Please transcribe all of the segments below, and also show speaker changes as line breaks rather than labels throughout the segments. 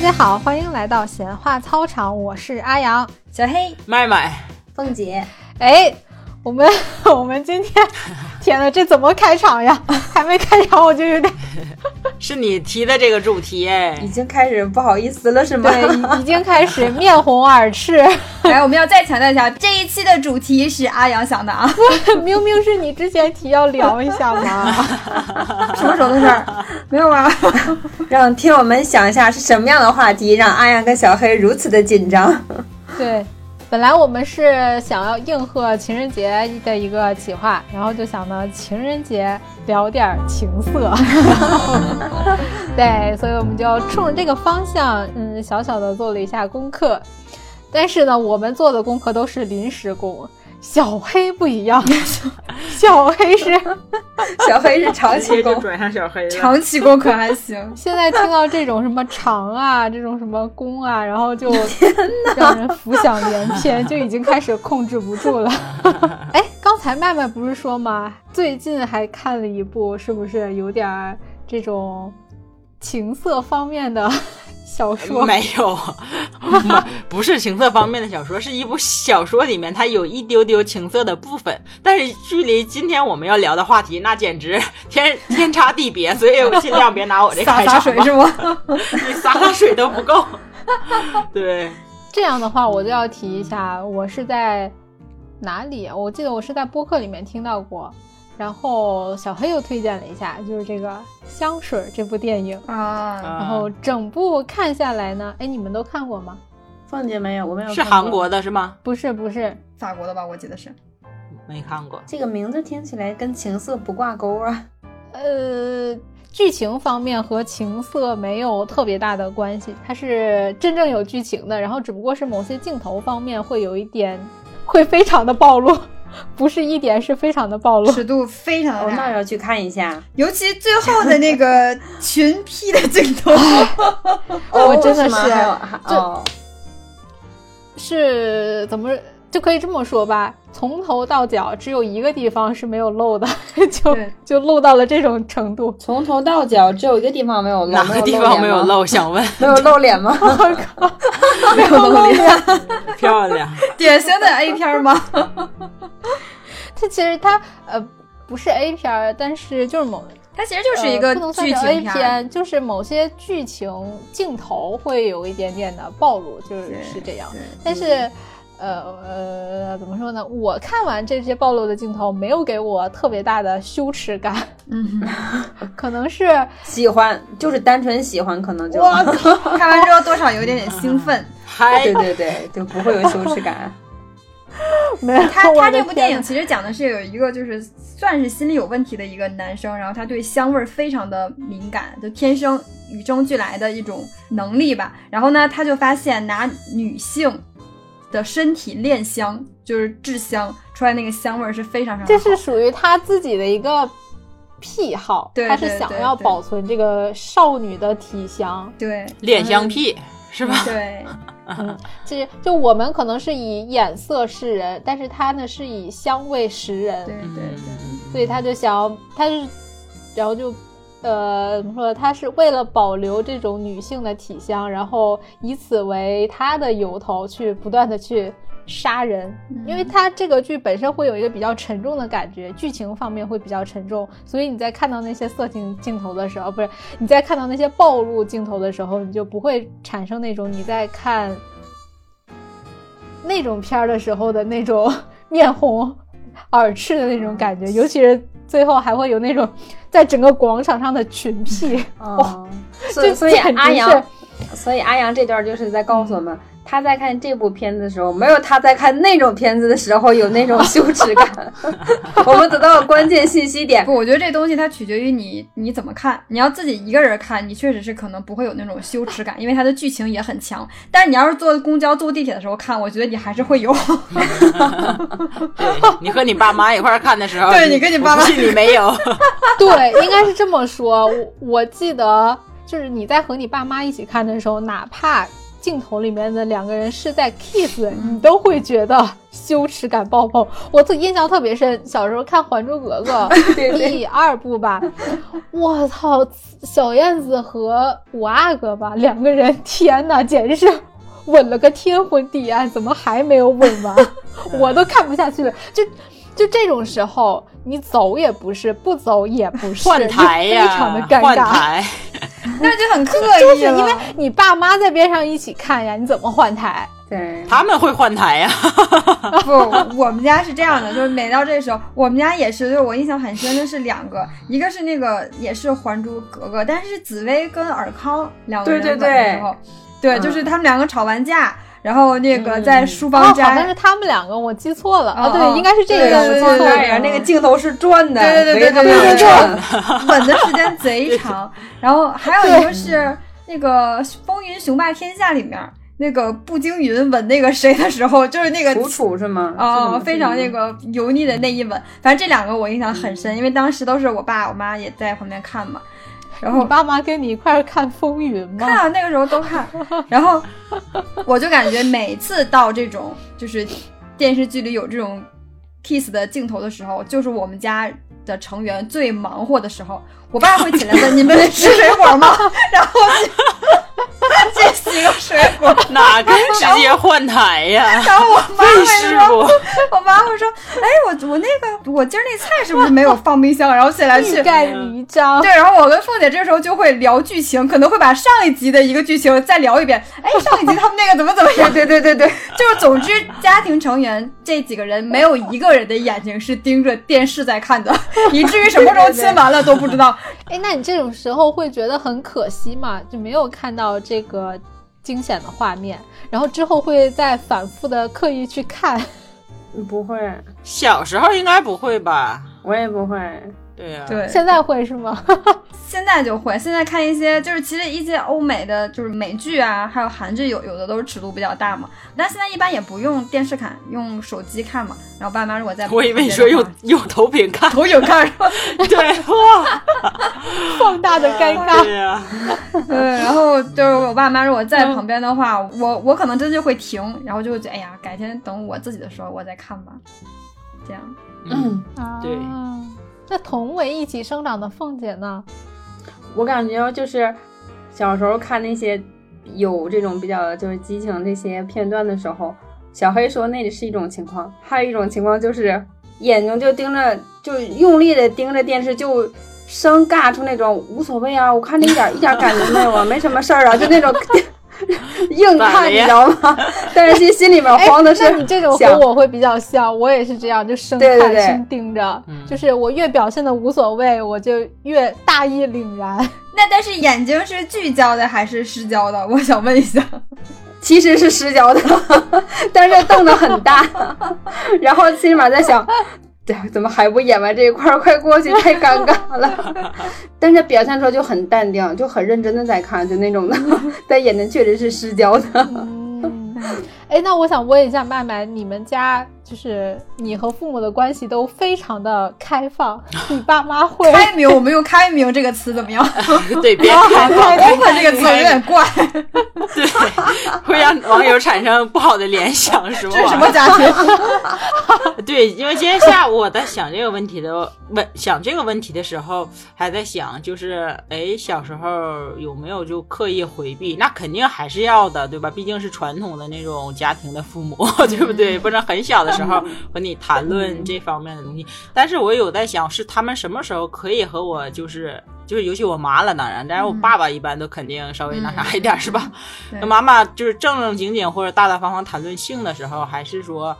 家好，欢迎来到闲话操场，我是阿阳。
小黑、
麦麦，
凤姐，
哎，我们 我们今天，天呐，这怎么开场呀？ 还没开场我就有点
是你提的这个主题哎
已，经开始不好意思了是吗？
对，已已经开始面红耳赤。
来，我们要再强调一下，这一期的主题是阿阳想的啊，
明明是你之前提要聊一下嘛。
什么时候的事 儿？没有啊。 让听友们想一下是什么样的话题，让阿阳跟小黑如此的 紧张。
对，本来我们是想要应和情人节的一个企划，然后就想呢，情人节聊点儿情色。 对，所以我们就冲着这个方向，嗯，小小的做了一下功课。但是呢，我们做的功课都是临时工，小黑不一样， 小黑是
小黑是长期工，
转向小黑了。
长期功课还行。
现在听到这种什么长啊，这种什么弓啊，然后就让人浮想联翩，就已经开始控制不住了。哎，刚才麦麦不是说吗？最近还看了一部，是不是有点儿这种情色方面的小说？
没有，不是情色方面的小说，是一部小说里面它有一丢丢情色的部分，但是距离今天我们要聊的话题，那简直 天天差地别，所以我尽量别拿我这
洒
开
洒
场
水
吧
是吗？
你洒洒水都不够。对，
这样的话，我就要提一下，我是在哪里？我记得我是在播客里面听到过，然后小黑又推荐了一下，就是这个《香水》这部电影。
啊，
然后整部看下来呢，哎，你们都看过吗？
凤姐没有，我没有
是韩国的是吗？
不是不是，
法国的吧，我记得是。
没看过。
这个名字听起来跟情色不挂钩 啊。
呃，剧情方面和情色没有特别大的关系，它是真正有剧情的，然后只不过是某些镜头方面会有一点，会非常的暴露， 不是一点，是非常的暴露。
尺度非常
我
的
那
哦
大，
要去看一下。
尤其最后的那个群批的镜头，
哦
我哦真的
吗
是啊
还有还
这
哦，
是怎么就可以这么说吧？从头到脚只有一个地方是没有漏的， 就
对
就漏到了这种程度。
从头到脚只有一个地方没有露，
哪个地方没有
露
漏？想问，
脸吗？没
没
有露脸吗？
有露脸，
漂亮，
典型的 A 片吗？
它其实它呃不是 A 片儿，但是就是某
它其实就是
呃
一个
不能算
剧
是 A
情片，
片，就是某些剧情镜头会有一点点的暴露，就是
对
是这样
对。嗯
但是，呃呃，怎么说呢？我看完这些暴露的镜头，没有给我特别大的羞耻感，
嗯，
可能是
喜欢就是单纯喜欢，可能就
看完之后多少有一点点 兴奋。
嗨
对，对对，就不会有羞耻感。
没有。
他
我
他
的
这部
天
电影其实讲的是有一个就是算是心理有问题的一个男生，然后他对香味儿非常的敏感，就天生与生俱来的一种能力吧。然后呢，他就发现拿女性的身体炼香，就是制香出来那个香味儿是非常非常
这
好
是属于他自己的一个癖好，
对
他是
对
想
对
要
对
保存这个少女的体香。
对
恋香癖是吧？
对
其实就我们可能是以眼色示人，但是他呢是以香味识人。
对对对，
嗯
所以他就想要，他是，然后就，呃，怎么说？他是为了保留这种女性的体香，然后以此为他的由头去不断的去杀人，
嗯
因为他这个剧本身会有一个比较沉重的感觉，剧情方面会比较沉重，所以你在看到那些色情镜头的时候，不是你在看到那些暴露镜头的时候，你就不会产生那种你在看那种片儿的时候的那种 面红耳赤的那种感觉，尤其是最后还会有那种在整个广场上的群 P，
哦，所
这
以所以
简直
阿
是
阳，所以阿阳这段就是在告诉我们，他在看这部片子的时候，没有他在看那种片子的时候有那种羞耻感。 我们得到了关键信息点
不，。我觉得这东西它取决于你你怎么看。你要自己一个人看，你确实是可能不会有那种羞耻感，因为它的剧情也很强。但是你要是坐公交、坐地铁的时候看，我觉得你还是 会有。
对你和你爸妈一块儿看的时候，
对你跟你爸妈
我不信你没有，
对，应该是这么说。我我记得就是你在和你爸妈一起看的时候，哪怕镜头里面的两个人是在 kiss，你都会觉得羞耻感爆棚。我特印象特别深，小时候看《还珠格格》
对对，
第二部吧，我操，小燕子和五阿哥吧，两个人，天呐，简直是吻了个天昏地暗，怎么还没有吻完？我都看不下去了，就。就这种时候，你走也不是，不走也不是，
换台
就
呀，
非常的尴
换
尬。
台，
那就很刻
就
意
是
了。
因为你爸妈在边上一起看呀，你怎么换台？
对，
他们会换台呀。
不，我们家是这样的，就是每到这时候，我们家也是，就是我印象很深的是两个，一个是那个也是《还珠格格》，但是紫薇跟尔康两个人
对对
吻的
对
时候，对
嗯
就是他们两个吵完架，然后那个
嗯
在书
哦，
房
好像
斋，
是他们两个，我记错了。
哦
啊，
哦
对，应该是这
对
个，
对
我
对
记错
对
了。
对
然后那个镜头是转的，
对对对
围着
对对
他们
对
转，
吻的时间贼长，然后还有一个是那个《风云雄霸天下》里面那个步惊云吻那个谁的时候，就是那个
楚楚是吗？
哦，
是
非常那
个，
个油腻的那一吻，反正这两个我印象很深，因为当时都是我爸我妈也在旁边看嘛，然
你
后
爸妈跟你一块儿看《风云》吗？
看啊那个时候都看，然后我就感觉每次到这种就是电视剧里有这种 kiss 的镜头的时候，就是我们家的成员最忙活的时候，我爸会起来问你们吃水果吗？ 然后就这洗个水果，
哪跟直接换台呀？
然后我妈
没
会
试
说。
过，
我妈会说：“哎，我我那个我今儿那菜是不是没有放冰箱？”然后起来去
欲。盖弥彰。
对，然后我跟凤姐这时候就会聊剧情，可能会把上一集的一个剧情再聊一遍。哎，上一集他们那个怎么怎么样？对对对对， 就是总之家庭成员这几个人没有一个人的眼睛是盯着电视在看的，以至于什么时候亲完了都不知道。
哎，那你这种时候会觉得很可惜嘛？就没有看到这个惊险的画面，然后之后会再反复的刻意去看。
不会，
小时候应该不会吧？
我也不会。
对呀、
对，
现在会是吗？
现在就会，现在看一些就是其实一些欧美的就是美剧啊，还有韩剧有有的都是尺度比较大嘛，但现在一般也不用电视看，用手机看嘛。然后爸妈如果在，
我以为你说用用投屏看，
投影看是吧？
对哇，
放大的尴尬。
对呀、
对，然后就是我爸妈如果在旁边的话，我我可能真就会停，然后就会觉得哎呀，改天等我自己的时候我再看吧，这样。
嗯，对
啊，那同为一起生长的凤姐呢？
啊我感觉就是小时候看那些有这种比较就是激情这些片段的时候，小黑说那是一种情况，还有一种情况就是眼睛就盯着，就是用力的盯着电视就。生尬出那种无所谓啊，我看着一点一点感觉没有啊，没什么事儿啊，就那种 硬
咋了
看，你
呀
知道吗？ 但是心心里面
哎，
慌的是，
那你这种
想
和我会比较像，我也是这样，就生
对对
看
对
生盯着，
嗯
就是我越表现的无所谓，我就越大义凛然。
那但是眼睛是聚焦的还是失焦的？我想问一 下。
其实是失焦的， 但是瞪得很大， 然后心里面在想，对，怎么还不演完这一块儿？快过去，太尴尬了。 但是表现出来就很淡定，就很认真的在看，就那种的， 但眼睛确实是失焦的。
嗯， 哎，那我想问一下麦麦，你们家就是你和父母的关系都非常的开 放，你爸妈会？
开明，我们用开明这个词怎么 样？
对，别
好
看
好
网
，open 这个词有点怪，
对，会让网友产生不好的联想，是 吧？
这是 什么家庭？
对，因为今天下午我在想这个问题的问想这个问题的时候，还在想就是，哎，小时候有没有就刻意回避？那肯定还是要的，对吧？毕竟是传统的那种家庭的父母， 对不对？不能很小的时候和你谈论这方面的东西。但是我有在想，是他们什么时候可以和我就是就是，尤其我妈了，当然，但是我
嗯
爸爸一般都肯定稍微那啥一点，是吧？
对
那妈妈就是正正经经或者大大方方谈论性的时候，还是说，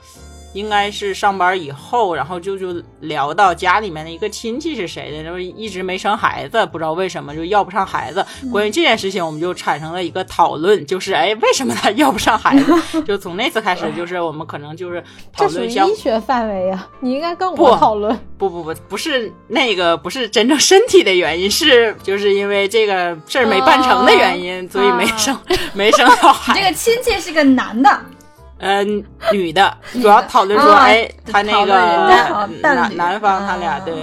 应该是上班以后，然后就就聊到家里面的一个亲戚是谁的，然后一直没生孩子，不知道为什么就要不上孩子。
嗯
关于这件事情，我们就产生了一个讨论，就是哎，为什么他要不上孩 子？就从那次开始，就是我们可能就是讨
这属于
论相
医学范围呀、你应该跟
不
我讨 论。
不不不，不是那个，不是真正身体的原因，是就是因为这个事儿没办成的原
啊
因，所以没生、没生到
你这
孩。
个亲戚是个男的，
嗯、 女的主要讨论说，
啊
哎，他那
讨论人家
个
好伴
男
侣
男方他俩
啊
对。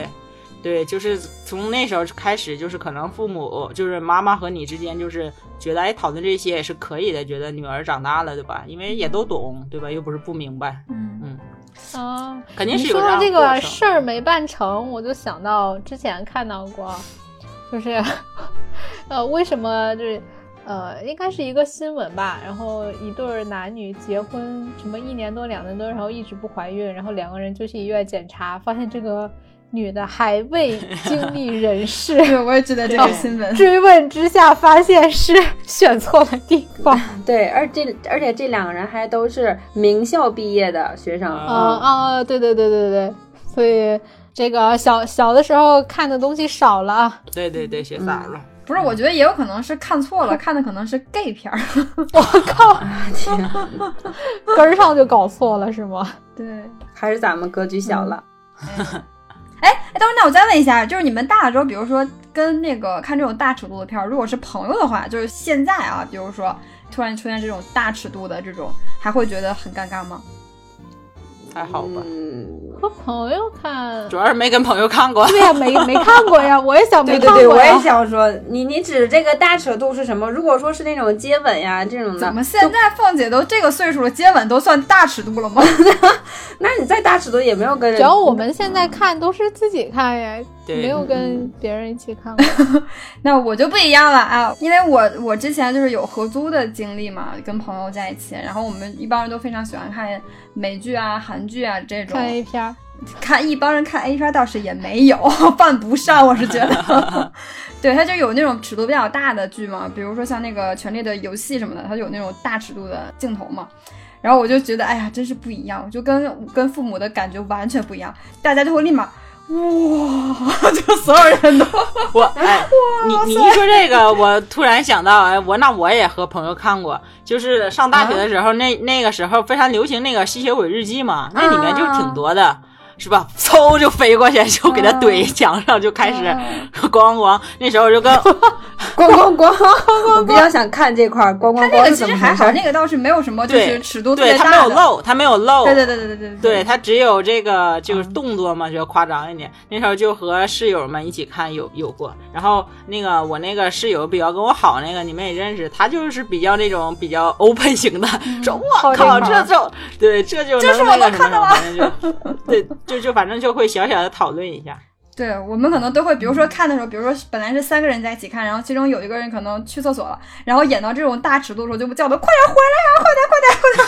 对，就是从那时候开始，就是可能父母就是妈妈和你之间，就是觉得哎，讨论这些也是可以的，觉得女儿长大了，对吧？因为也都懂，对吧？又不是不明白，
嗯。
啊，
肯定
你
是有
说到
样
这
过
个
程
事儿没办成，我就想到之前看到过， 就是 呃，为什么就是呃，应该是一个新闻吧，然后一对儿男女结婚什么一年多两年多，然后一直不怀孕，然后两个人就去医院检查，发现这个女的还未经历人 事
对，我也记得这个新闻。
追问之下，发现是选错了地方。
对，而这而且这两个人还都是名校毕业的学生，
嗯
啊啊，对对对对对，所以这个小小的时候看的东西少了啊，
对对对，
嗯
写散了。
不是，我觉得也有可能是看错 了，看的可能是 gay 片儿。
啊哦
根儿上就搞错了是吗？
对，
还是咱们格局小了。
哎，但是那我再问一下，就是你们大了之后，比如说跟那个看这种大尺度的片儿，如果是朋友的话，就是现在啊，比如说突然出现这种大尺度的这种，还会觉得很尴尬吗？
还好吧，
嗯，
和朋友看，
主要是没跟朋友看过。
对呀、没没看过 呀，我也想没
对
看
对
过呀。
对，我也想说，你你指这个大尺度是什么？如果说是那种接吻呀这种
怎
的，
么现在凤姐都这个岁数了，接吻都算大尺度了吗？
那你再大尺度也没有跟人。
只要我们现在看都是自己看呀，
对
没有跟别人一起看 过。
那我就不一样了啊，因为我我之前就是有合租的经历嘛，跟朋友在一起，然后我们一帮人都非常喜欢看美剧啊、韩剧啊这种，
看 A 片儿，
看一帮人看 A 片倒是也没有，犯不上，我是觉得。对，它就有那种尺度比较大的剧嘛，比如说像那个《权力的游戏》什么的，它就有那种大尺度的镜头嘛。然后我就觉得，哎呀，真是不一样，就跟跟父母的感觉完全不一样，大家就会立马。哇！ 就所有人都
我哎，你你一说这个，我突然想到，哎，我那我也和朋友看过，就是上大学的时候，那那个时候非常流行那个《吸血鬼日记》嘛，那里面就
啊
挺多的。是吧？嗖就飞过去，就给他
嗯
怼墙上，就开始 咣咣。那时候我 就跟
咣咣咣咣，我比较想看这块儿咣咣
那
咣
个
是
其
怎
实
么
还
回事
好，
儿？
那个倒是没有什么，就
对
是尺度特
对
别
他没
大
有
的。
漏，他没有漏，
对对对对对对
对他只有这个就是动作嘛，比较夸张一点。那时候就和室友们一起看有有过，然后那个我那个室友比较跟我好那个，你们也认识，他就是比较那种比较 open 型的，
嗯
说我
好
靠，
这
这就对这就
这
能
是我
那个
能
什
看
么
到
什么，反正就对就就反正就会小小的讨论一下。
对我们可能都会，比如说看的时候，比如说本来是三个人在一起看，然后其中有一个人可能去厕所了，然后演到这种大尺度的时候，就叫他快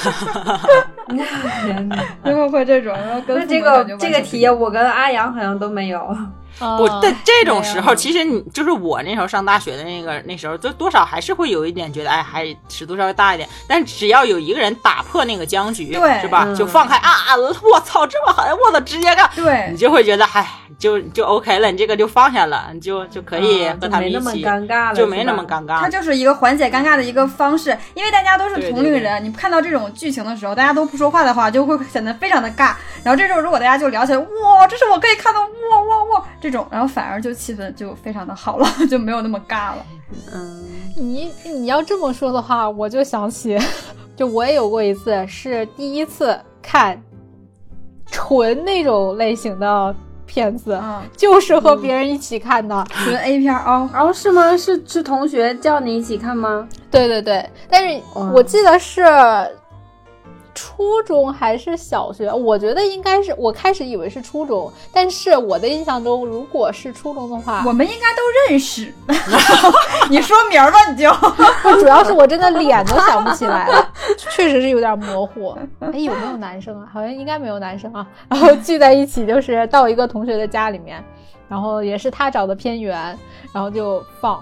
点
天哪
回来，就会会这种，然后跟
那这
父母感
个
觉完
这
全
个
不一
题，
样
我跟阿阳好像都没有。哦
我
啊
但这种时
没有
候，其实你就是我那时候上大学的那个那时候，就多少还是会有一点觉得，哎，还尺度稍微大一点。但只要有一个人打破那个僵局，
对
是吧？
嗯
就放开啊啊！我操，这么狠，我操，直接干，
对
你，就会觉得，哎，就就 OK 了，你这个就放下了，你就就可以
啊
和
就
他们
没
一
那么
起，
尴尬了，
就没那么
是吧。
尴
它
尬。
就是一个缓解尴尬的一个方式，因为大家都是
对
同
对
龄
对
人，你看到这种剧情的时候，大家都不说话的话，就会显得非常的尬。然后这时候如果大家就聊起来，哇，这是我可以看到，哇哇哇这种，然后反而就气氛就非常的好了， 就没有那么尬了。
嗯，
你你要这么说的话，我就想起，就我也有过一次，是第一次看纯那种类型的片子，
嗯，
就是和别人一起看的。
纯 A 片儿哦，
哦，是吗？是是同学叫你一起看吗？
对对对，但是
哇
我记得是初中还是小学，我觉得应该是我开始以为是初中，但是我的印象中，如果是初中的话，
我们应该都认识。 你说名儿吧，你就。
我主要是我真的脸都想不起来了，确实是有点模糊。哎，有没有男生啊？好像应该没有男生啊。 然后聚在一起，就是到一个同学的家里面，然后也是他找的片源，然后就放，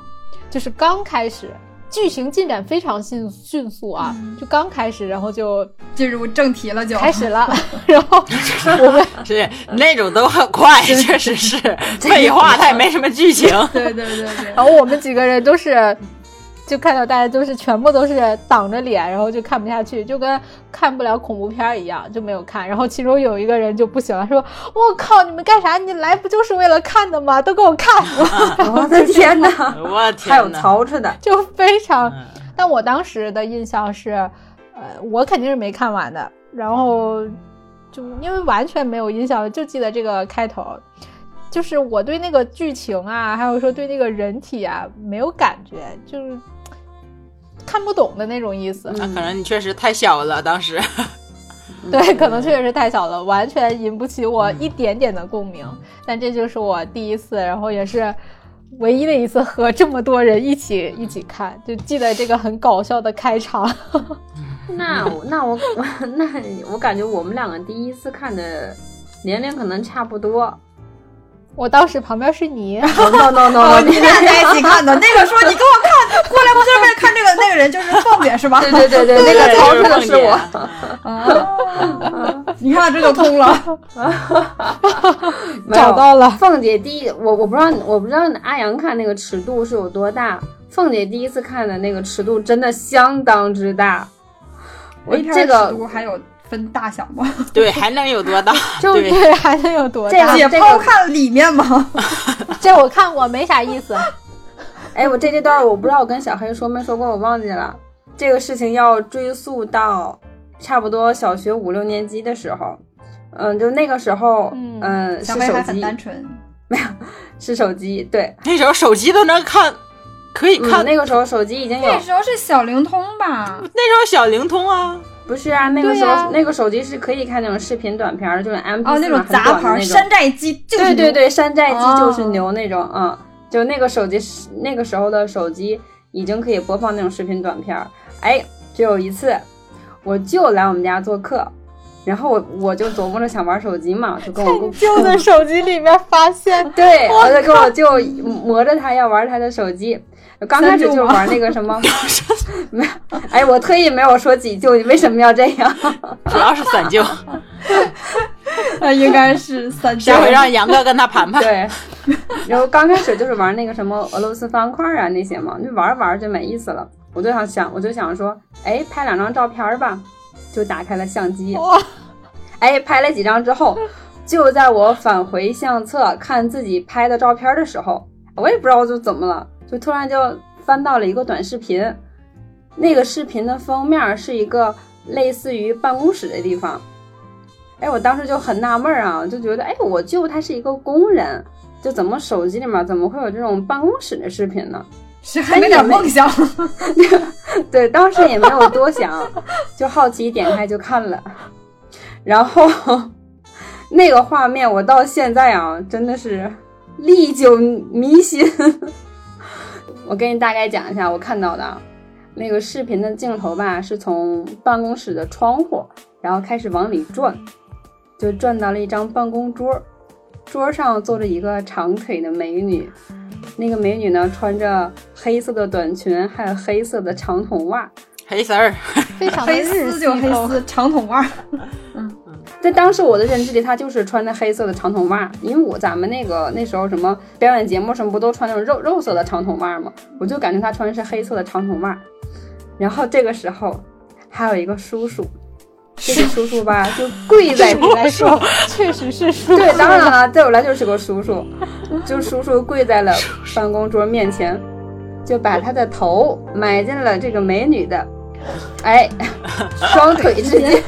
就是刚开始。剧情进展非常迅迅速啊，就刚开始，然后就
进入正题了就，
开始了， 然后我们
是
嗯
那种都很 快，确实是废话，他也没什么剧情。
对对对对，
然后我们几个人都是，就看到大家都是全部都是挡着脸，然后就看不下去，就跟看不了恐怖片儿一样，就没有看。然后其中有一个人就不行了，说：“我靠，你们干啥？你来不就是为了看的吗？都给我看！”
我的天哪！
我天
还有
哪！
曹操的，
就非常
嗯。
但我当时的印象是，呃，我肯定是没看完的，然后就因为完全没有印象，就记得这个开头。就是我对那个剧情啊，还有说对那个人体啊没有感觉，就是看不懂的那种意思。
那可能你确实太小了，当时。
对，可能确实是太小了，完全引不起我一点点的共鸣。但这就是我第一次，然后也是唯一的一次和这么多人一起一起看，就记得这个很搞笑的开场。
那我那我我那我感觉我们两个第一次看的年龄可能差不多。
我当时旁边是 你，
no no no，
哦你俩在 一起看的，那个说你跟我看过来，我就是为了看这个，那个人就是凤姐是吧？
对对对对，那个曹说的是我。
啊，你看这就通了。
没 有
找到了。
凤姐第一，我我不知道我不知道阿阳看那个尺度是有多大。凤姐第一次看的那个尺度真的相当之大，我
一
这个
毒还有分大小吗？
对，还能有多大？
就
对，
对，还能有多大？
这
姐
个
抛看里面吗？
这我看过，没啥意 思。
哎，我这这段儿我不知道我跟小黑说没说过，我忘记了。这个事情要追溯到差不多小学五六年级的时候，嗯，就那个时候，
嗯
嗯，是
小妹还
手
很
机
单，纯，
是手机，对，
那时候手机都能看，可以
嗯，
看。
那个时候手机已经有
那，时候是小灵通吧？
那时候小灵通啊，
不是啊，那个时候、
对啊
那个手机是可以看那种视频短片儿的，就是 M P
哦，那种杂牌
那种
山寨机，就是
对对
对，
对，山寨机就是
哦
牛那种，嗯，就那个手机是那个时候的手机已经可以播放那种视频短片儿。哎，只有一次，我舅来我们家做客，然后我我就琢磨着想玩手机 嘛，就跟我姑
旧的手机里面发现，
对，我就跟我舅磨着他要玩他的手机。刚开始就是玩那个什么， 没有，哎，我特意没有说几舅，你为什么要这样？
主要是散 舅，
那应该是三
下
张
回。让杨哥跟他盘盘。
对， 然后刚开始就是玩那个什么俄罗斯方块啊那些嘛，就玩儿玩儿就没意思了。我就想想，我就想说，哎，拍两张照片儿吧，就打开了相机，
哇，
哎，拍了几张之后，就在我返回相册看自己拍的照片儿的时候，我也不知道就怎么了，就突然就翻到了一个短视频，那个视频的封面儿是一个类似于办公室的地方。哎，我当时就很纳闷儿啊，就觉得，哎，我舅他是一个工人，就怎么手机里面怎么会有这种办公室的视频呢？
是还有点梦想，
对，当时也没有多想，就好奇点开就看了，然后那个画面我到现在啊，真的是历久弥新。我给你大概讲一下我看到的啊，那个视频的镜头吧，是从办公室的窗户，然后开始往里转，就转到了一张办公桌儿，桌儿上坐着一个长腿的美女，那个美女呢，穿着黑色的短裙，还有黑色的长筒袜。
黑丝儿，
非常的
黑
日系
丝就黑
风，
丝，长筒袜。
在当时我的认知里，她就是穿的黑色的长筒袜，因为我咱们那个那时候什么表演节目什么不都穿那种肉肉色的长筒袜吗？我就感觉她穿的是黑色的长筒袜。然后这个时候还有一个叔叔，这个叔叔吧就跪在
对你来说 确实是舒
对，当然了，对我来就是个叔叔，就叔叔跪在了办公桌面前，就把他的头埋进了这个美女的，哎，双腿之间。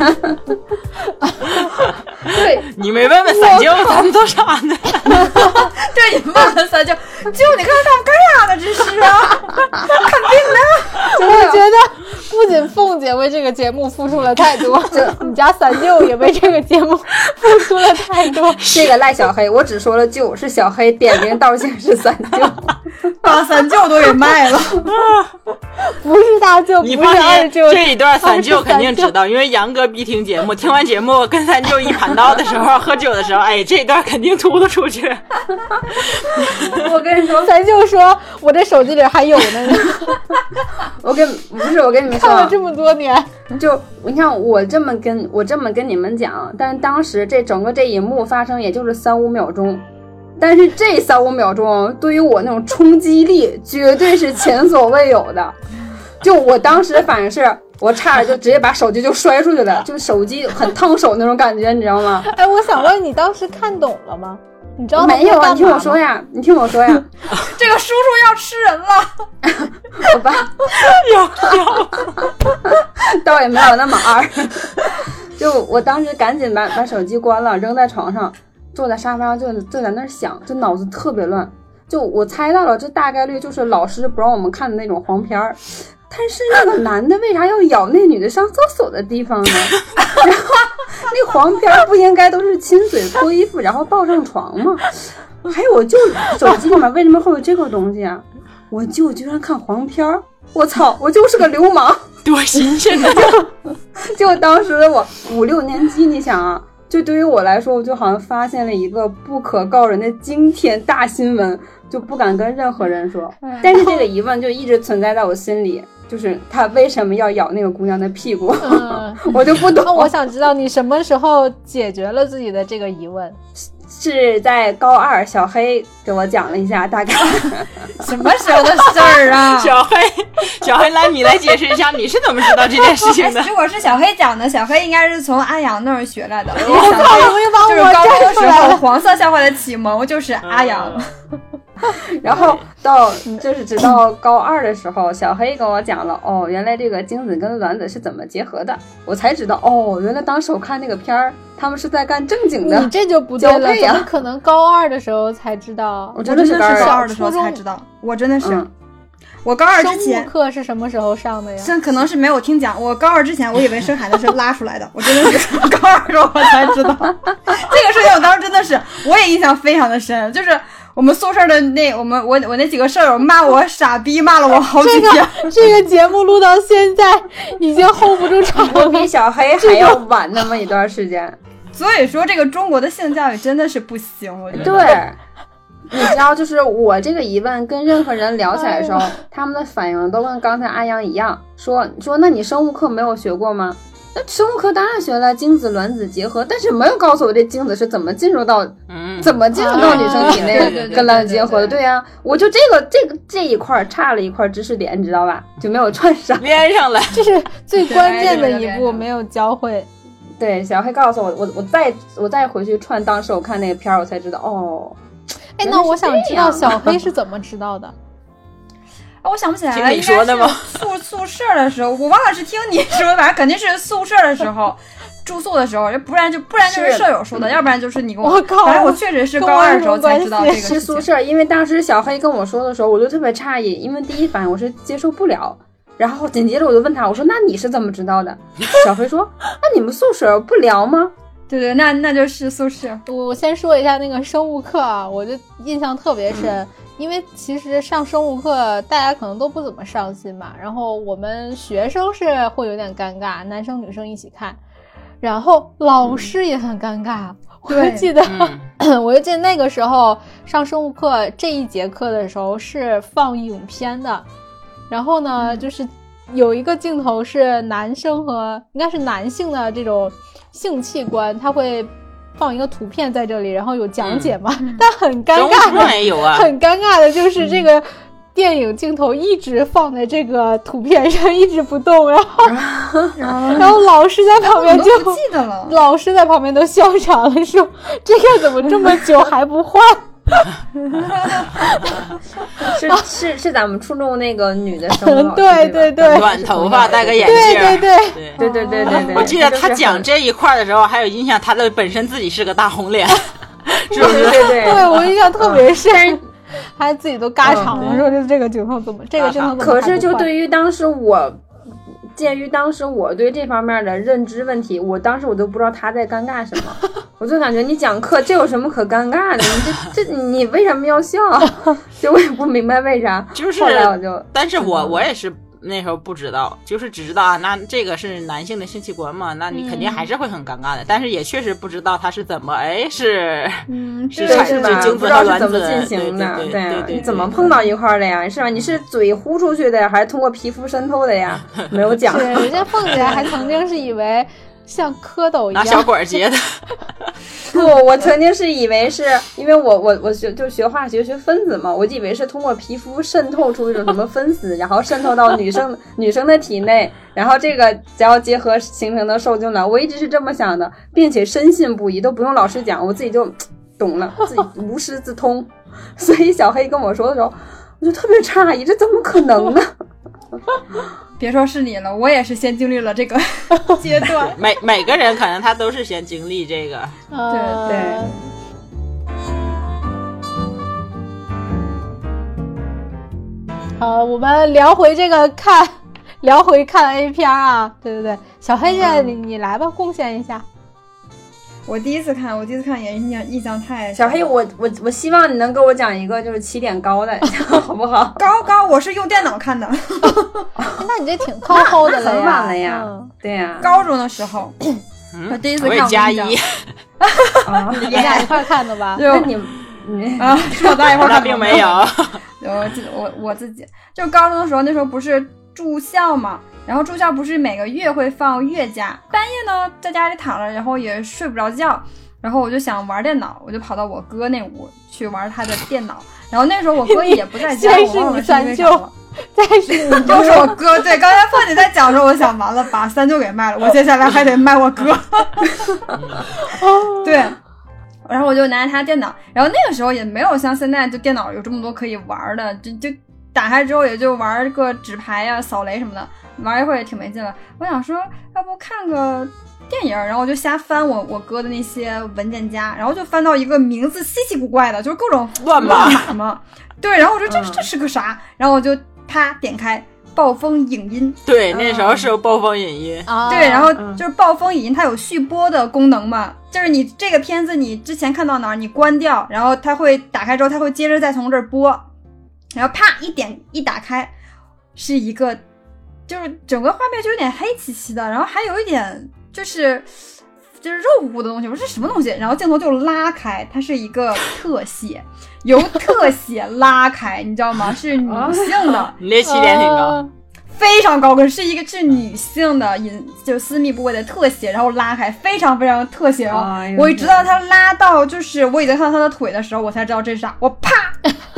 对，
你没问问散舅他们都啥 呢？
对，你问了三舅，舅你看看干啥呢？这是啊，
我觉得不仅凤姐为这个节目付出了太多， 你家三舅也为这个节目付出了太 多。
这个赖小黑，我只说了舅是小黑，点名道姓是三舅。
把三舅都给卖了。
不是大舅，不
你
是
放
二
心，
舅，
这一段散舅肯定知道，因为杨哥必听节目。听完节目跟三舅一盘道的时候，喝酒的时候，哎，这一段肯定秃噜出 去。
我跟你说，
三舅说：“我这手机里还有 呢，
我跟不是我跟你们说
看
啊
了，这么多年。
就你看我这么跟我这么跟你们讲，但是当时这整个这一幕发生也就是三五秒钟，但是这三五秒钟对于我那种冲击力绝对是前所未有的。就我当时反正是我差点就直接把手机就摔出去了，就手机很烫手那种感觉，你知道吗？”
哎，我想问你，当时看懂了吗？你知道他
没有
在干嘛
啊，你听我
吗
说呀，你听我 说呀，
这个叔叔要吃人了，
我爸 倒也没有那么二。就我当时赶紧把把手机关了，扔在床上，坐在沙发上就就在那儿想，就脑子特别乱。就我猜到了，这大概率就是老师不让我们看的那种黄片儿。但是那个男的为啥要咬那女的上厕所的地方呢？ 然后那黄片儿不应该都是亲嘴、脱衣服，然后抱上床吗？还有，我就手机里面为什么会有这个东西啊？我舅居然看黄片儿，我操，我就是个流氓！
多新鲜
哎
的
就当时我五六年级，你想啊，就对于我来说，我就好像发现了一个不可告人的惊天大新闻，就不敢跟任何人说。但是这个疑问就一直存在在我心里，就是他为什么要咬那个姑娘的屁股，
嗯，
哦我就不懂。
那我想知道你什么时候解决了自己的这个疑问？
是在高二，小黑给我讲了一下，大概
什么时候的事儿 啊？
小黑，小黑来，你来解释一下，你是怎么知道这件事情
哎，
的？
如果是小黑讲的，小黑应该是从阿阳那儿学来 的。因为小
好
黑
容易把
就是
我
高中的
站出
时
来
候，
了。
黄色笑话的启蒙就是
哎
阿阳。
嗯
嗯然后到嗯就是直到高二的时候，小黑跟我讲了，哦，原来这个精子跟卵子是怎么结合的，我才知道，哦，原来当时我看那个片儿，他们是在干正 经
你
的。
这就不对
交
了，
配
怎
呀
么可能高二的时候才知道
我？
我
真的
真的
是高
是
小
高
二，
二的时候
初中
才知道，我真的是，
嗯，
我高二之
生
前
物。课是什么时候上的呀？
这可能是没有听讲，我高二之前我以为生孩子是拉出来的，我真的是高二的时候我才知道 这个事情，我当时真的是我也印象非常的深，就是我们宿舍的那我们我我那几个舍友骂我傻逼，骂了我好几
这
天，
个这个节目录到现在已经 hold 不住场
我
了
比。小 黑还要晚那么一段时间。
所以说这个中国的性教育真的是不行，我觉得。
对，你知道，就是我这个疑问跟任何人聊起来的时候，他们的反应都跟刚才阿阳一样，说说那你生物课没有学过吗？那生物课当然学了精子卵子结合，但是没有告诉我这精子是怎么进入到
嗯，
怎么进入到女生体内
啊对对对
跟卵子结合的。
对对对
对呀、我就这个这个这一块儿差了一块知识点，你知道吧？就没有串上。
连上 了，
这是最关键的一
对
步，没有教会。
对，小黑告诉我，我我再我再回去串当时我看那个片儿，我才知道哦。
哎，
原来
那
是
我想
这
知道
样
小黑是怎么知道的？
啊，我想不起来
听
了，
你
应该
说的
是
吗
宿宿舍的时候，我忘了是听你说的，反正肯定是宿舍的时候，住宿的时候，不然就不然就是
是
舍友说的，要不然就是你跟我。
我靠
反正我确实是
跟
高
我有什
二的时候
么
才知道
关
这
系
个
是
事
宿
情。
舍，因为当时小黑跟我说的时候，我就特别诧异，因为第一反应我是接受不了，然后紧接着我就问他，我说那你是怎么知道的？小黑说，那你们宿舍不聊吗？
对对，那那就是宿舍。
我我先说一下那个生物课啊，我就印象特别深，
嗯
因为其实上生物课大家可能都不怎么上心嘛，然后我们学生是会有点尴尬，男生女生一起看，然后老师也很尴尬。我就
嗯对
记得，
嗯，
我就记得那个时候上生物课这一节课的时候是放影片的，然后
嗯
呢，就是有一个镜头是男生和应该是男性的这种性器官，他会放一个图片在这里，然后有
嗯
讲解嘛，但很尴
中
尬
午
的，
也有啊，
很尴尬的就是
嗯
这个。电影镜头一直放在这个图片上，一直不动，然后
然后
然后老师在旁边
我
就
都不记得了。
老师在旁边都笑场了，说这个怎么这么久还不换？
是是是咱们初中那个女的生物老师
对对
对
对
吧
短头发戴个眼
对
镜
对
儿，
对，
对
对对对对对，
我记得他讲
这
这一块儿的时候，还有印象，他的本身自己是个大红脸，是不
就是很，
是？
对对嗯对
对我印象特别深，还自己都
嗯
嘎场了，说这这个镜头怎么，这个镜头怎么还不换？
可是就对于当时我，鉴于当时我对这方面的认知问题，我当时我都不知道他在尴尬什么， 我就感觉你讲课这有什么可尴尬的？你 这这你为什么要笑？就我也不明白为啥。
就是
后来我就
但是我
嗯
我也是那时候不知道，就是只知道啊，那这个是男性的性器官嘛，那你肯定还是会很尴尬的。但是也确实不知道他是怎么，哎，是
嗯，对
是
对
产
是
对
生
吧
吧？
就精
不
子
知
和
道是
卵
怎么
子
进行的，
对对对
啊
对，对嗯
你怎么碰到一块儿的呀？是吧？你是嘴呼出去的呀，还是通过皮肤渗透的呀？没 有讲。
是人家凤姐还曾经是以为像蝌蚪一
拿小
样，
管儿结的，
不，我曾经是以为是因为我我我学就学化学学分子嘛，我就以为是通过皮肤渗透出一种什么分子，然后渗透到女生 女生的体内，然后这个只要结合形成的受精卵，我一直是这么想的，并且深信不疑，都不用老师讲，我自己就懂了，自己无师自通。 所以小黑跟我说的时候，我就特别诧异，这怎么可能呢？
别说是你了，我也是先经历了这个阶段。
每每个人可能他都是先经历这个，
呃
对对
好，我们聊回这个看，聊回看 A 片啊，对对对，小黑现在你、
嗯
你来吧，贡献一下。
我第一次看，我第一次看也印象印象太
小黑，我我我希望你能给我讲一个就是起点高的， 好不好？
高高，我是用电脑看的，
哎那你这挺靠后的了
那很
呀，
晚了呀
嗯
对呀、
高中的时候，我
嗯，
第一次
我也
看
加
我
一
跟你，
啊，
你俩一块儿看的 吧？
就
那你你
啊， 是我咱俩一块儿
那
看
并
的
没有。
我自我我自己，就高中的时候，那时候不是住校嘛，然后住校不是每个月会放月假，半夜呢在家里躺着，然后也睡不着觉，然后我就想玩电脑，我就跑到我哥那屋去玩他的电脑，然后那时候我哥也不在家，
先
我
是
忘
你
了是因为啥
三舅
了。
但 是 你
又是我哥，对，刚才凤姐在讲的时候，我想完了，把三舅给卖了，我接下来还得卖我哥。 对，然后我就拿着他电脑，然后那个时候也没有像现在就电脑有这么多可以玩儿的，就就打开之后也就玩儿个纸牌呀、扫雷什么的，玩一会儿也挺没劲了。我想说，要不看个电影儿，然后我就瞎翻我我哥的那些文件夹，然后就翻到一个名字稀奇古怪的，就是各种
乱码
嘛。对，然后我说这
嗯
这是个啥？然后我就啪点开暴风影音，
对，那时候是有暴风影音，
啊，
对，然后
嗯
就是暴风影音，它有续播的功能嘛，就是你这个片子你之前看到哪儿，你关掉，然后它会打开之后，它会接着再从这儿播，然后啪一点一打开，是一个，就是整个画面就有点黑漆漆的，然后还有一点就是就是肉乎乎的东西，我说这什么东西？然后镜头就拉开，它是一个特写，由特写拉开，你知道吗？是女性的。
你这起点挺高。
呃
啊
非常高跟，是一个是女性的隐就是私密部位的特写，然后拉开，非常非常特写哦。
哎呦
我直到他拉到就是我已经看到他的腿的时候，我才知道这是啥，我 啪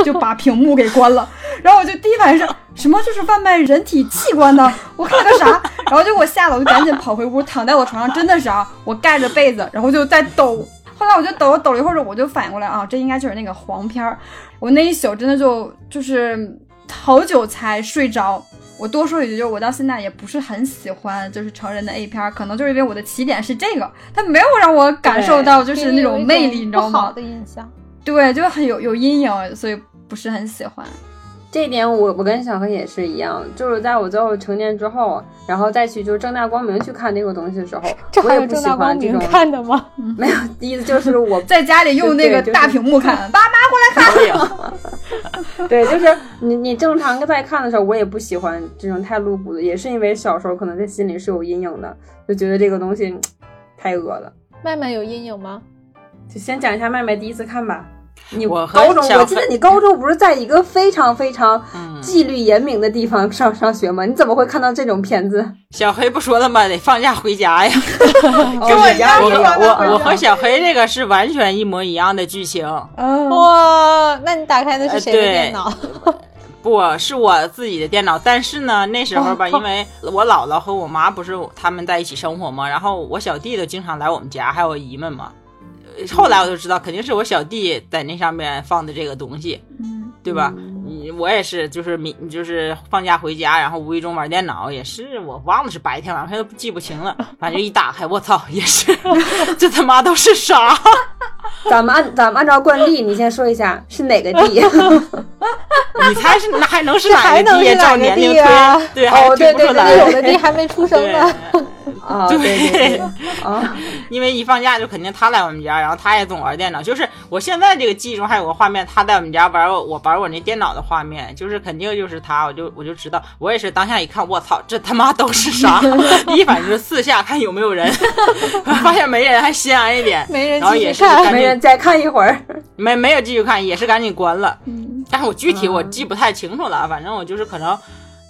就把屏幕给关了。然后我就第一反应是什么？就是贩卖人体器官呢？我看了个啥？然后就给我吓得，我就赶紧跑回屋，躺在我床上，真的是啊，我盖着被子，然后就在抖。后来我就抖抖了一会儿，我就反应过来啊，这应该就是那个黄片儿。我那一宿真的就就是好久才睡着。我多说一句，就是我到现在也不是很喜欢就是成人的 A 片儿，可能就是因为我的起点是这个，它没有让我感受到就
就是
那种魅力，你知道
不好
吗？
的印象。
对，就很有有阴影，所以不是很喜欢。
这一点我我跟小黑也是一样，就是在我最后成年之后，然后再去就正大光明去看这个东西的时候
哦
这，
我
还
也
有
不
正
喜
大光
欢这
明
种。
看的吗？
没有，意思就 是我
在家里用那个
对就是
大屏幕看，爸妈
对呀，
对，就是你你正常在看的时候，我也不喜欢这种太露骨的，也是因为小时候可能在心里是有阴影的，就觉得这个东西嗯太恶了。
麦麦有阴影吗？
就先讲一下麦麦第一次看吧。你
我和
高中，
小
我记得
黑
你高中不是在一个非常非常
嗯，
纪律严明的地方上上学吗？你怎么会看到这种片子？
小黑不说了吗？得放假回家呀。
哦
跟我一
你家
样
我
也
是
有
吧
啊
那
我
会
我和小黑这个是完全一模一样的剧情。
嗯
哦哇，那你打开的是
呃
谁的
对
电脑？
不是我自己的电脑，但是呢，那时候
哦
吧，因为我姥姥和我妈不是他们在一起生活嘛，然后我小弟都经常来我们家，还有我姨们嘛。呃后来我就知道，肯定是我小弟在那上面放的这个东西，
嗯，
对吧？
嗯
你我也是，就是明就是放假回家，然后无意中玩电脑，也是我忘了是白天晚上都记不清 了，反正一打开，我操， 也是，这他妈都是啥？
咱们按咱们按照惯例，你先说一下是哪个地？
你猜是那还能是哪
还能
个
是
地？
哪
照
个
年龄
地啊
推，对，
哦
还推
对
不出
对对
来。
有的地还没出生呢。
啊，对对对，啊，
因为一放假就肯定他来我们家，然后他也总玩电脑。就是我现在这个记忆中还有个画面，他在我们家玩我我玩我那电脑的画面，就是肯定就是他，我就我就知道，我也是当下一看，我操，这他妈都是 啥？第一反应就是四下看有没有人， 发现没人还心安一点，
没人
然后
继续
也是
看
赶
没人
紧
再 看一 会儿。
没没有继续看，也是赶紧关了。
嗯
但是我具体我
嗯
记不太清楚了，反正我就是可能。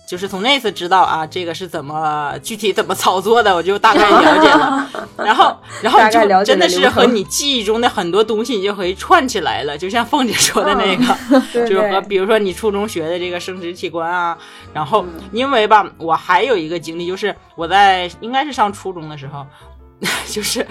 就是从那次知道啊，这个是怎么具体怎么操作的，我就大概了解 了。然后，然后
大概
就
了解
真
了
的
流
是和
程
你记忆中的很多东西，你就可以串起来了。就像凤姐说的那个，
嗯 对
就是和
对，
比如说你初中学的这个生殖器官啊，然后
嗯
因为吧，我还有一个经历，就是我在应该是上初中的时候， 就是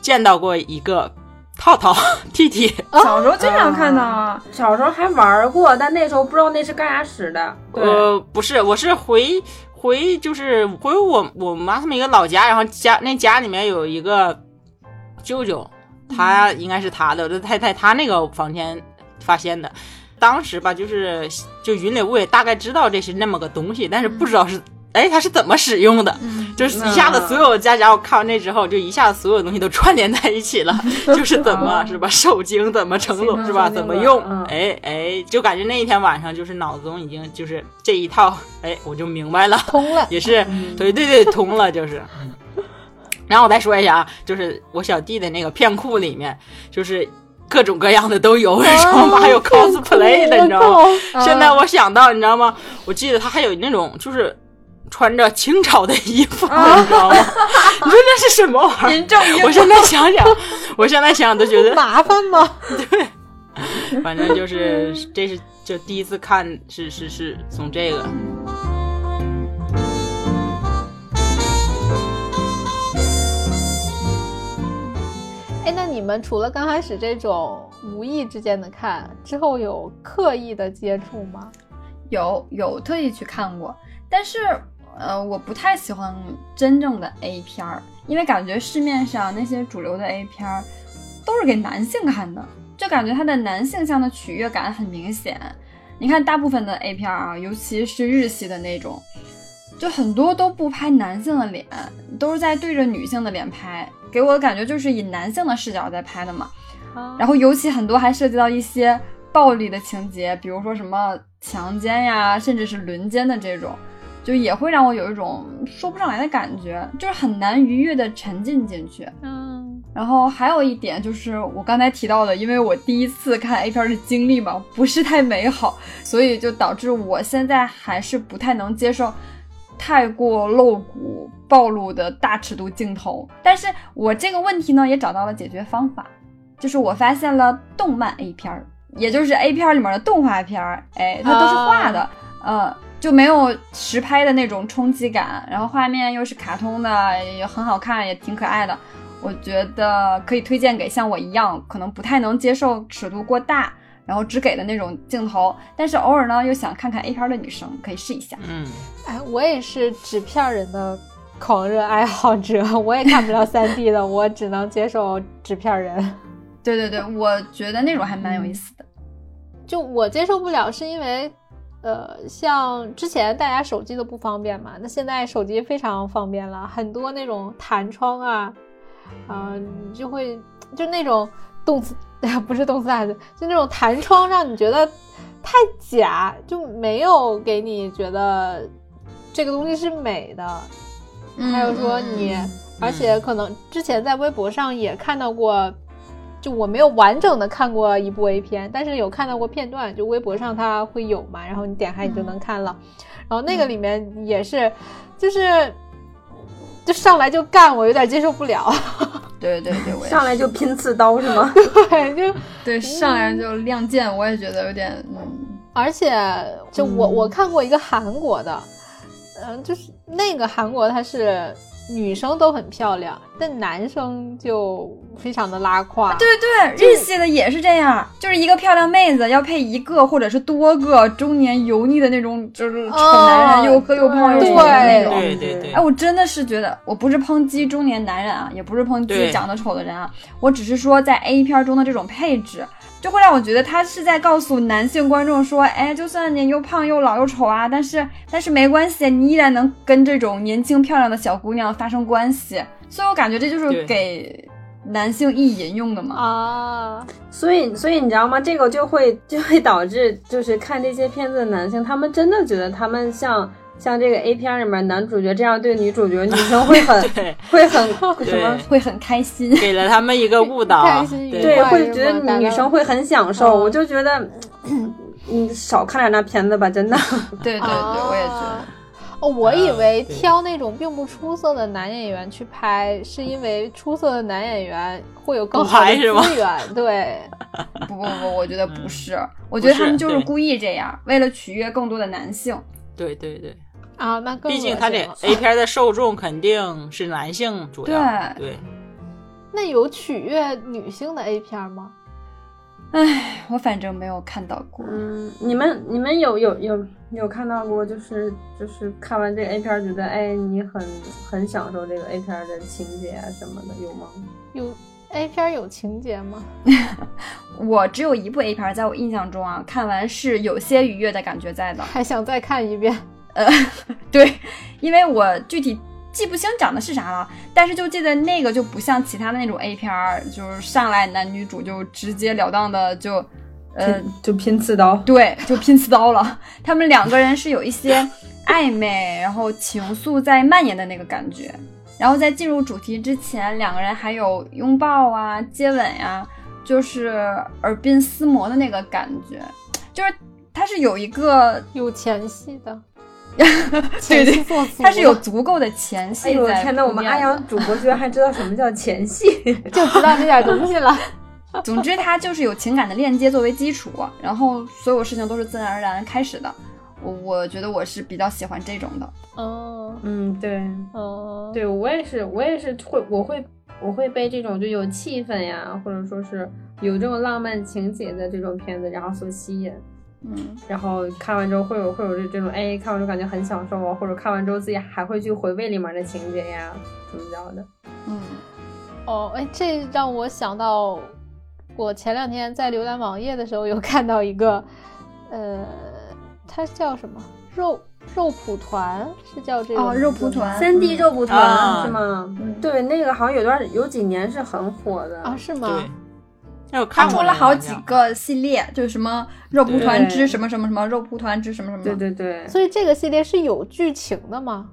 见到过一个套套 T T，
哦小时候经常看到啊，
小时候还玩过，但那时候不知道那是干啥使的。对，
呃，不是，我是回回就是回我我妈他们一个老家，然后家那家里面有一个舅舅，他应该是他的，我就在在他那个房间发现的。当时吧，就是就云里雾里大概知道这是那么个东西，但是不知 道是哎它是怎么使用的。
嗯，
就是一下子所有家家，我看完那之后，就一下子所有东西都串联在一起了，就是怎么是吧，受精怎么成
形
龙
成
是吧，
受精
怎么
了
用
嗯，
哎哎，就感觉那一天晚上就是脑子中已经就是这一套，哎，我就明白了，
通了。
也是
嗯
对对对，通了就是。 然后我再说一下啊，就是我小弟的那个片库里面，就是各种各样的都有， 然后还
哦
有 cosplay 的，你知道吗？
吗？
现在我想到，你知道吗？我记得他还有那种就是穿着清朝的衣服，
嗯
你知道吗？ 你说那是什么玩意
严重
儿？我现在想想，我现在想想都觉 得，
麻烦吗？
反正就是这是就第一次看，是是是从这个。
哎，那你们除了刚开始这种无意之间的看，之后有刻意的接触吗？
有有特意去看过，但是呃，我不太喜欢真正的 A 片儿，因为感觉市面上那些主流的 A 片儿都是给男性看的，就感觉它的男性向的取悦感很明显。你看大部分的 A 片儿啊，尤其是日系的那种，就很多都不拍男性的脸，都是在对着女性的脸拍，给我的感觉就是以男性的视角在拍的嘛。然
后
后尤其很多还涉及到一些暴力的情节，比如说什么强奸呀，甚至是轮奸的这种，就也会让我有一种说不上来的感觉，就是很难愉悦的沉浸进去。
嗯，
然后还有一点就是我刚才提到的，因为我第一次看 A 片的经历嘛，不是太美好，所以就导致我现在还是不太能接受太过露骨、暴露的大尺度镜头。但是我这个问题呢，也找到了解决方法，就是我发现了动漫 A 片儿，也就是 A 片儿里面的动画片儿，哎，它都是画的，呃，就没有实拍的那种冲击感，然后画面又是卡通的，也很好看，也挺可爱的。我觉得可以推荐给像我一样可能不太能接受尺度过大，然后只给的那种镜头，但是偶尔呢又想看看 A 片的女生，可以试一下。
嗯，
哎，我也是纸片人的狂热爱好者， 我也看不了三 D 的，我只能接受纸片人。
对对对，我觉得那种还蛮有意思的。
就我接受不了，是因为，呃，像之前大家手机都不方便嘛，那现在手机非常方便了，很多那种弹窗啊，啊、你就会就那种动词 不是动词打字，就那种弹窗让你觉得太假，就没有给你觉得这个东西是美的。还
嗯
有说你，而且可能之前在微博上也看到过，就我没有完整的看过一部 A 片，但是有看到过片段，就微博上它会有嘛，然后你点开你就能看了，然后那个里面也是，就是就上来就干，我有点接受不了，
对对对，我也
上来就拼刺刀是吗？
对，就
对上来就亮剑，我也觉得有点嗯
而且就我、
嗯
我看过一个韩国的，嗯、就是那个韩国它是女生都很漂亮，但男生就非常的拉胯，
对对，日系的也是这样，就是一个漂亮妹子要配一个或者是多个中年油腻的那种，就是丑男人，
哦
又黑又胖又丑的那
对
种。
对对对
哎，，我真的是觉得，我不是抨击中年男人啊，也不是抨击
对
长得丑的人啊，我只是说在 A 片中的这种配置，就会让我觉得他是在告诉男性观众说，哎，就算你又胖又老又丑啊，但是但是没关系，你依然能跟这种年轻漂亮的小姑娘发生关系，所以我感觉这就是
对
给男性意淫用的嘛。
啊，
所以，所以你知道吗？这个就会就会导致，就是看这些片子的男性，他们真的觉得他们像像这个 A 片里面男主角这样对女主角，女生会 很
对
会很什么
对？
会很开心，
给了他们一个误导
开，心愉
对，
快
会觉
是吗
得女生会很享受。
嗯
我就觉得，你少看点那片子吧，真的。
对对对，
啊
我也觉得。
哦，我以
啊
为
对
挑那种并不出色的男演员去拍，是因为出色的男演员会有更好
补拍
的
是吗
资源。对，
不不不，我觉得不
嗯
是，我觉得
不
他
是
们就是
对
故意这样，为了取悦更多的男性。
对对对，
啊，那更
毕竟
恶
他
心
这
了
A 片的受众肯定是男性主要，对
那有取悦女性的 A 片吗？
唉，哎我反正没有看到过。
嗯，你们你们有有有有看到过，就是就是看完这个 A 片，觉得哎，你很很享受这个 A 片的情节啊什么的，有吗？
有 A 片儿有情节吗？
我只有一部 A 片儿，在我印象中啊，看完是有些愉悦的感觉在的。
还想再看一遍？
对，因为我具体记不清讲的是啥了，但是就记得那个就不像其他的那种 A 片儿，就是上来男女主就直截了当的就，呃，
就拼刺刀，
对，就拼刺刀了。他们两个人是有一些暧昧，然后情愫在蔓延的那个感觉。然后在进入主题之前，两个人还有拥抱啊、接吻呀、就是耳鬓厮磨的那个感觉，就是它是有一个
有前戏的，
对
前
对
戏做足了
它是有足够的前戏在
哎
里
呦我
面的。
天呐，我们阿阳主播居然还知道什么叫前戏，
就知道这点东西了。
总之，它就是有情感的链接作为基础，然后所有事情都是自然而然开始的。我我觉得我是比较喜欢这种的。
嗯
嗯，对，
嗯，
对我也是，我也是会，我会我会被这种就有气氛呀，或者说是有这种浪漫情节的这种片子，然后所吸引，
嗯，
然后看完之后会有会有这这种哎，看完之后感觉很享受啊，或者看完之后自己还会去回味里面的情节呀，怎么着的。
嗯，
哦，哎，这让我想到，我前两天在浏览网页的时候有看到一个，呃，它叫什么肉肉蒲团，是叫这个
哦，
名
肉
字
蒲
吗
团，
三 D 肉蒲
啊
团是吗？对，那个好像有段有几年嗯是很火的
啊？是吗？
对，那我
它
看
出
过
了好
好
几
像
个系列，就是什么肉蒲团之
对
什么什么什么，肉蒲团之什么什么。
对，对对，
所以这个系列是有剧情的吗？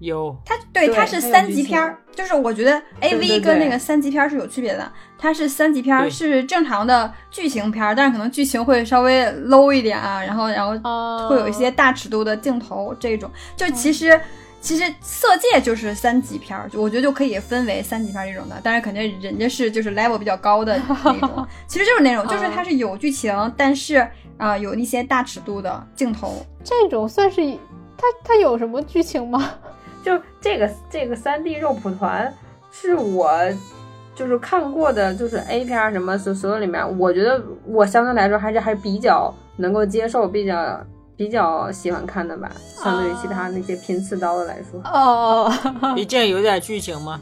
有
它对
对
它是
它有
三
剧
级
情
片儿，就是我觉得 A
对对
V 跟那
对
个三级片儿是有区别的。它是三级片儿，
对
是正常的剧情片儿，但是可能剧情会稍微 low 一点啊，然后然后
哦，
会有一些大尺度的镜头，这种就其实其实《色戒》就是三级片儿，就我觉得就可以分为三级片儿这种的，但是肯定人家是就是 level 比较高的那种，其实就是那种，就是它是有剧情，但是啊、呃有一些大尺度的镜头，
这种算是它它有什么剧情吗？
就这个这个三 D 肉蒲团是我就是看过的，就是 A 片儿什么所所有里面，我觉得我相对来说还是还是比较能够接受，比较比较喜欢看的吧，相对于其他那些拼刺刀的来说。
哦，
毕竟有点剧情嘛。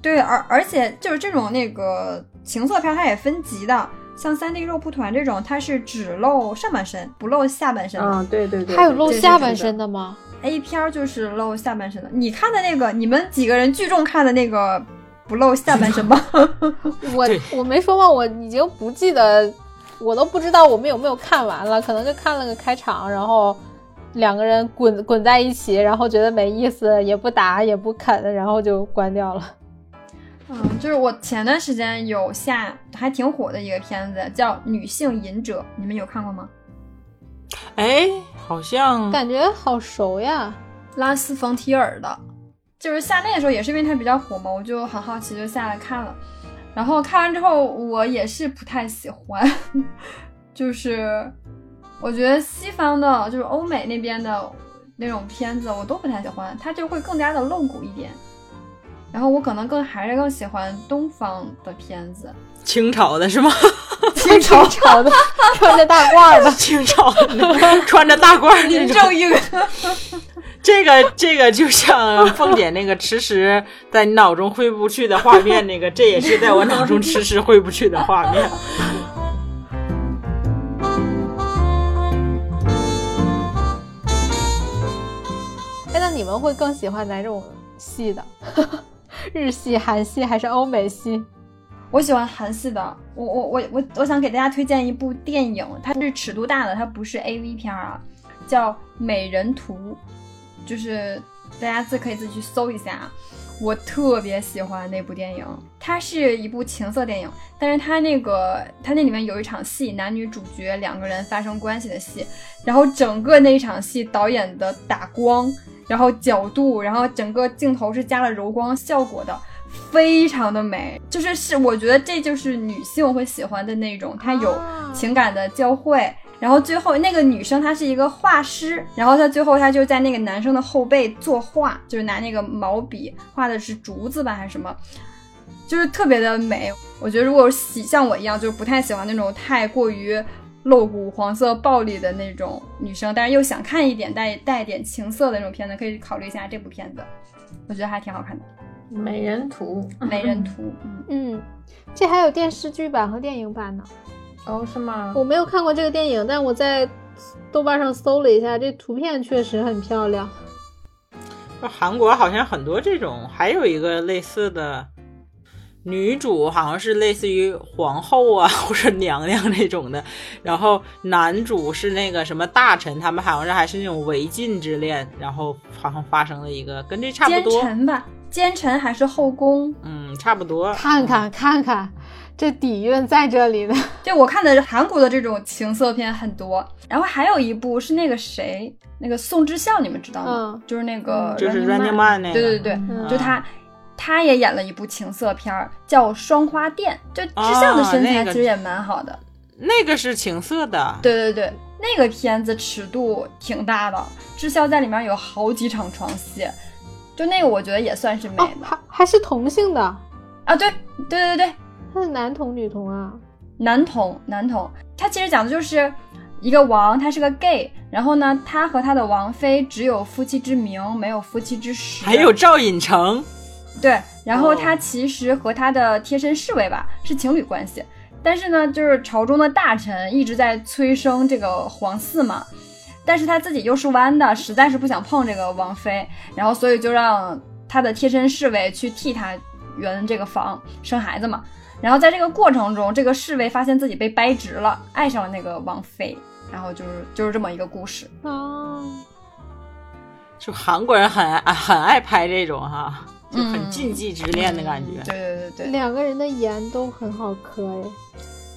对，而而且就是这种那个情色片，它也分级的。像三 D 肉蒲团这种，它是只露上半身，不露下半身的。
啊，对对对，
还有露
对
下半身，的吗？
A 片儿就是露下半身的。你看的那个，你们几个人聚众看的那个，不露下半身吗？
我
对
我没说嘛，我已经不记得，我都不知道我们有没有看完了，可能就看了个开场，然后两个人滚滚在一起，然后觉得没意思，也不打也不啃，然后就关掉了。
嗯，就是我前段时间有下还挺火的一个片子，叫《女性隐者》，你们有看过吗？
哎，好像
感觉好熟呀，
拉斯冯提尔的，就是下那个时候也是因为它比较火嘛，我就很好奇就下来看了。然后看完之后，我也是不太喜欢，就是我觉得西方的，就是欧美那边的那种片子，我都不太喜欢，它就会更加的露骨一点。然后我可能更还是更喜欢东方的片子，
清朝的是吗？
清朝的， 穿着大褂的，
清朝的穿着大褂儿那
林
种。
正英。
这个这个就像凤姐那个迟迟在你脑中挥不去的画面，那个这也是在我脑中迟迟挥不去的画面。
哎，那你们会更喜欢哪种系的？ 日系、韩系还是欧美系？
我喜欢韩系的，我我我我我想给大家推荐一部电影，它是尺度大的，它不是 A V 片儿啊，叫《美人图》，就是大家自可以自己去搜一下啊。我特别喜欢那部电影，它是一部情色电影，但是它那个它那里面有一场戏，男女主角两个人发生关系的戏，然后整个那一场戏导演的打光，然后角度，然后整个镜头是加了柔光效果的，非常的美，就是是我觉得这就是女性会喜欢的那种，它有情感的交汇。然后最后那个女生她是一个画师，然后她最后她就在那个男生的后背作画，就是拿那个毛笔画的是竹子吧还是什么，就是特别的美。我觉得如果喜像我一样，就是不太喜欢那种太过于露骨、黄色、暴力的那种女生，但是又想看一点带带一点情色的那种片子，可以考虑一下这部片子，我觉得还挺好看的。
美人图
美人图，嗯，
嗯，这还有电视剧版和电影版呢。
哦，是吗？
我没有看过这个电影，但我在豆瓣上搜了一下，这图片确实很漂亮。
韩国好像很多这种，还有一个类似的，女主好像是类似于皇后啊或者娘娘那种的，然后男主是那个什么大臣，他们好像是还是那种违禁之恋，然后好像发生了一个跟这差不
奸
多，
臣吧，奸臣还是后宫？
嗯，差不多。
看看看看，这底蕴在这里呢。
对我看的韩国的这种情色片很多，然后还有一部是那个谁，那个宋智孝，你们知道吗？
嗯
就是那个，
就是 Running
Running
Man 那个，
对对对，
嗯
就他。他也演了一部情色片儿，叫《双花店》。就智孝的身
哦那
材
个
其实也蛮好的，
那个是情色的，
对对对，那个片子尺度挺大的，智孝在里面有好几场床戏，就那个我觉得也算是美
哦，
的
还还是同性的，
啊。对对对对，
他是男同女同啊？
男童，男童，他其实讲的就是一个王，他是个 gay，然后呢，他和他的王妃只有夫妻之名，没有夫妻之实。
还有赵寅成，
对，然后
哦
他其实和他的贴身侍卫吧是情侣关系，但是呢，就是朝中的大臣一直在催生这个皇嗣嘛，但是他自己又是弯的，实在是不想碰这个王妃，然后所以就让他的贴身侍卫去替他圆这个房生孩子嘛。然后在这个过程中，这个侍卫发现自己被掰直了，爱上了那个王妃，然后就是就是这么一个故事。
啊，
就韩国人很爱很爱拍这种哈，就
嗯
很禁忌之恋的感觉。
对对对对，
两个人的颜都很好磕哎。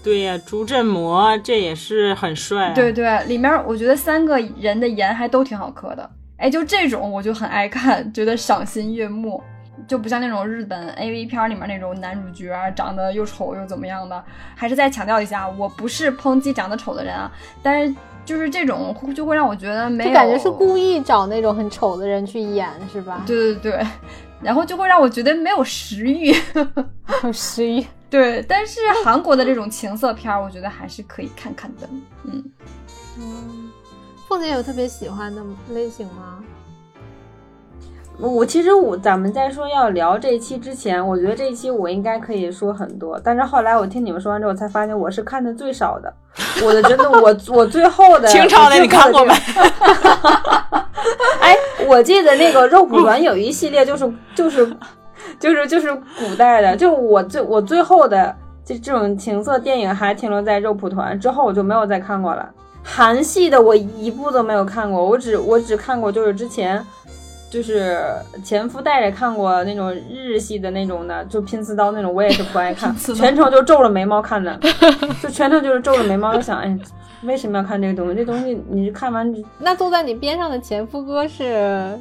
对呀、朱振模这也是很帅、啊。
对对，里面我觉得三个人的颜还都挺好磕的。哎，就这种我就很爱看，觉得赏心悦目，就不像那种日本 A V 片儿里面那种男主角儿长得又丑又怎么样的。还是再强调一下，我不是抨击长得丑的人啊，但是就是这种会就会让我觉得没有，
就感觉是故意找那种很丑的人去演是吧？
对对对，然后就会让我觉得没有食欲。
有食欲。
对，但是韩国的这种情色片儿，我觉得还是可以看看的。嗯，
嗯，凤姐有特别喜欢的类型吗？
我其实我咱们在说要聊这一期之前，我觉得这一期我应该可以说很多，但是后来我听你们说完之后，我才发现我是看的最少的。我的真的，我我最后的
清朝的
我最后
你看过
这个
没？
哎，我记得那个肉蒲团有一系列就是就是就是就是古代的，就我最我最后的这这种情色电影还停留在肉蒲团，之后我就没有再看过了。韩系的我一部都没有看过，我只我只看过就是之前就是前夫带着看过那种日系的那种的，就拼刺刀那种，我也是不爱看
拼，刺刀
全程就皱着眉毛看的，就全程就是皱着眉毛就想，哎，为什么要看这个东西？这东西你看完
那坐在你边上的前夫哥是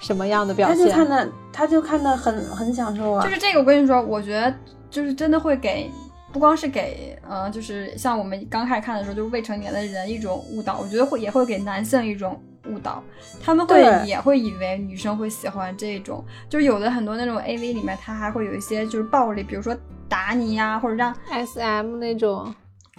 什么样的表
他就看
现？
的，他就看的很很享受啊
就。是这个，我跟你说，我觉得就是真的会给，不光是给，嗯、就是像我们刚开始看的时候，就是未成年的人一种误导，我觉得会也会给男性一种误导，他们会
对
也会以为女生会喜欢这种，就是有的很多那种 A V 里面，它还会有一些就是暴力，比如说打你呀、或者让
S M 那种，